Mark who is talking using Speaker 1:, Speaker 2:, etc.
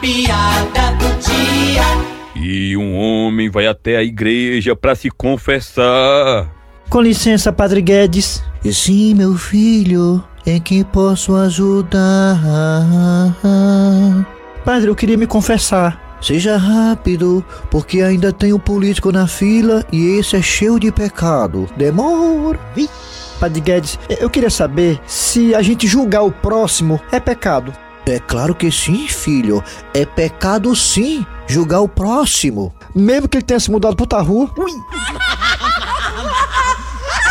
Speaker 1: piada do dia.
Speaker 2: E um homem vai até a igreja para se confessar.
Speaker 3: Com licença, Padre Guedes.
Speaker 4: Sim, meu filho, em que posso ajudar?
Speaker 3: Padre, eu queria me confessar.
Speaker 4: Seja rápido, porque ainda tem um político na fila e esse é cheio de pecado. Demora.
Speaker 3: Padre Guedes, eh, eu queria saber se a gente julgar o próximo é pecado.
Speaker 4: É claro que sim, filho. É pecado sim julgar o próximo.
Speaker 3: Mesmo que ele tenha se mudado pra outra rua.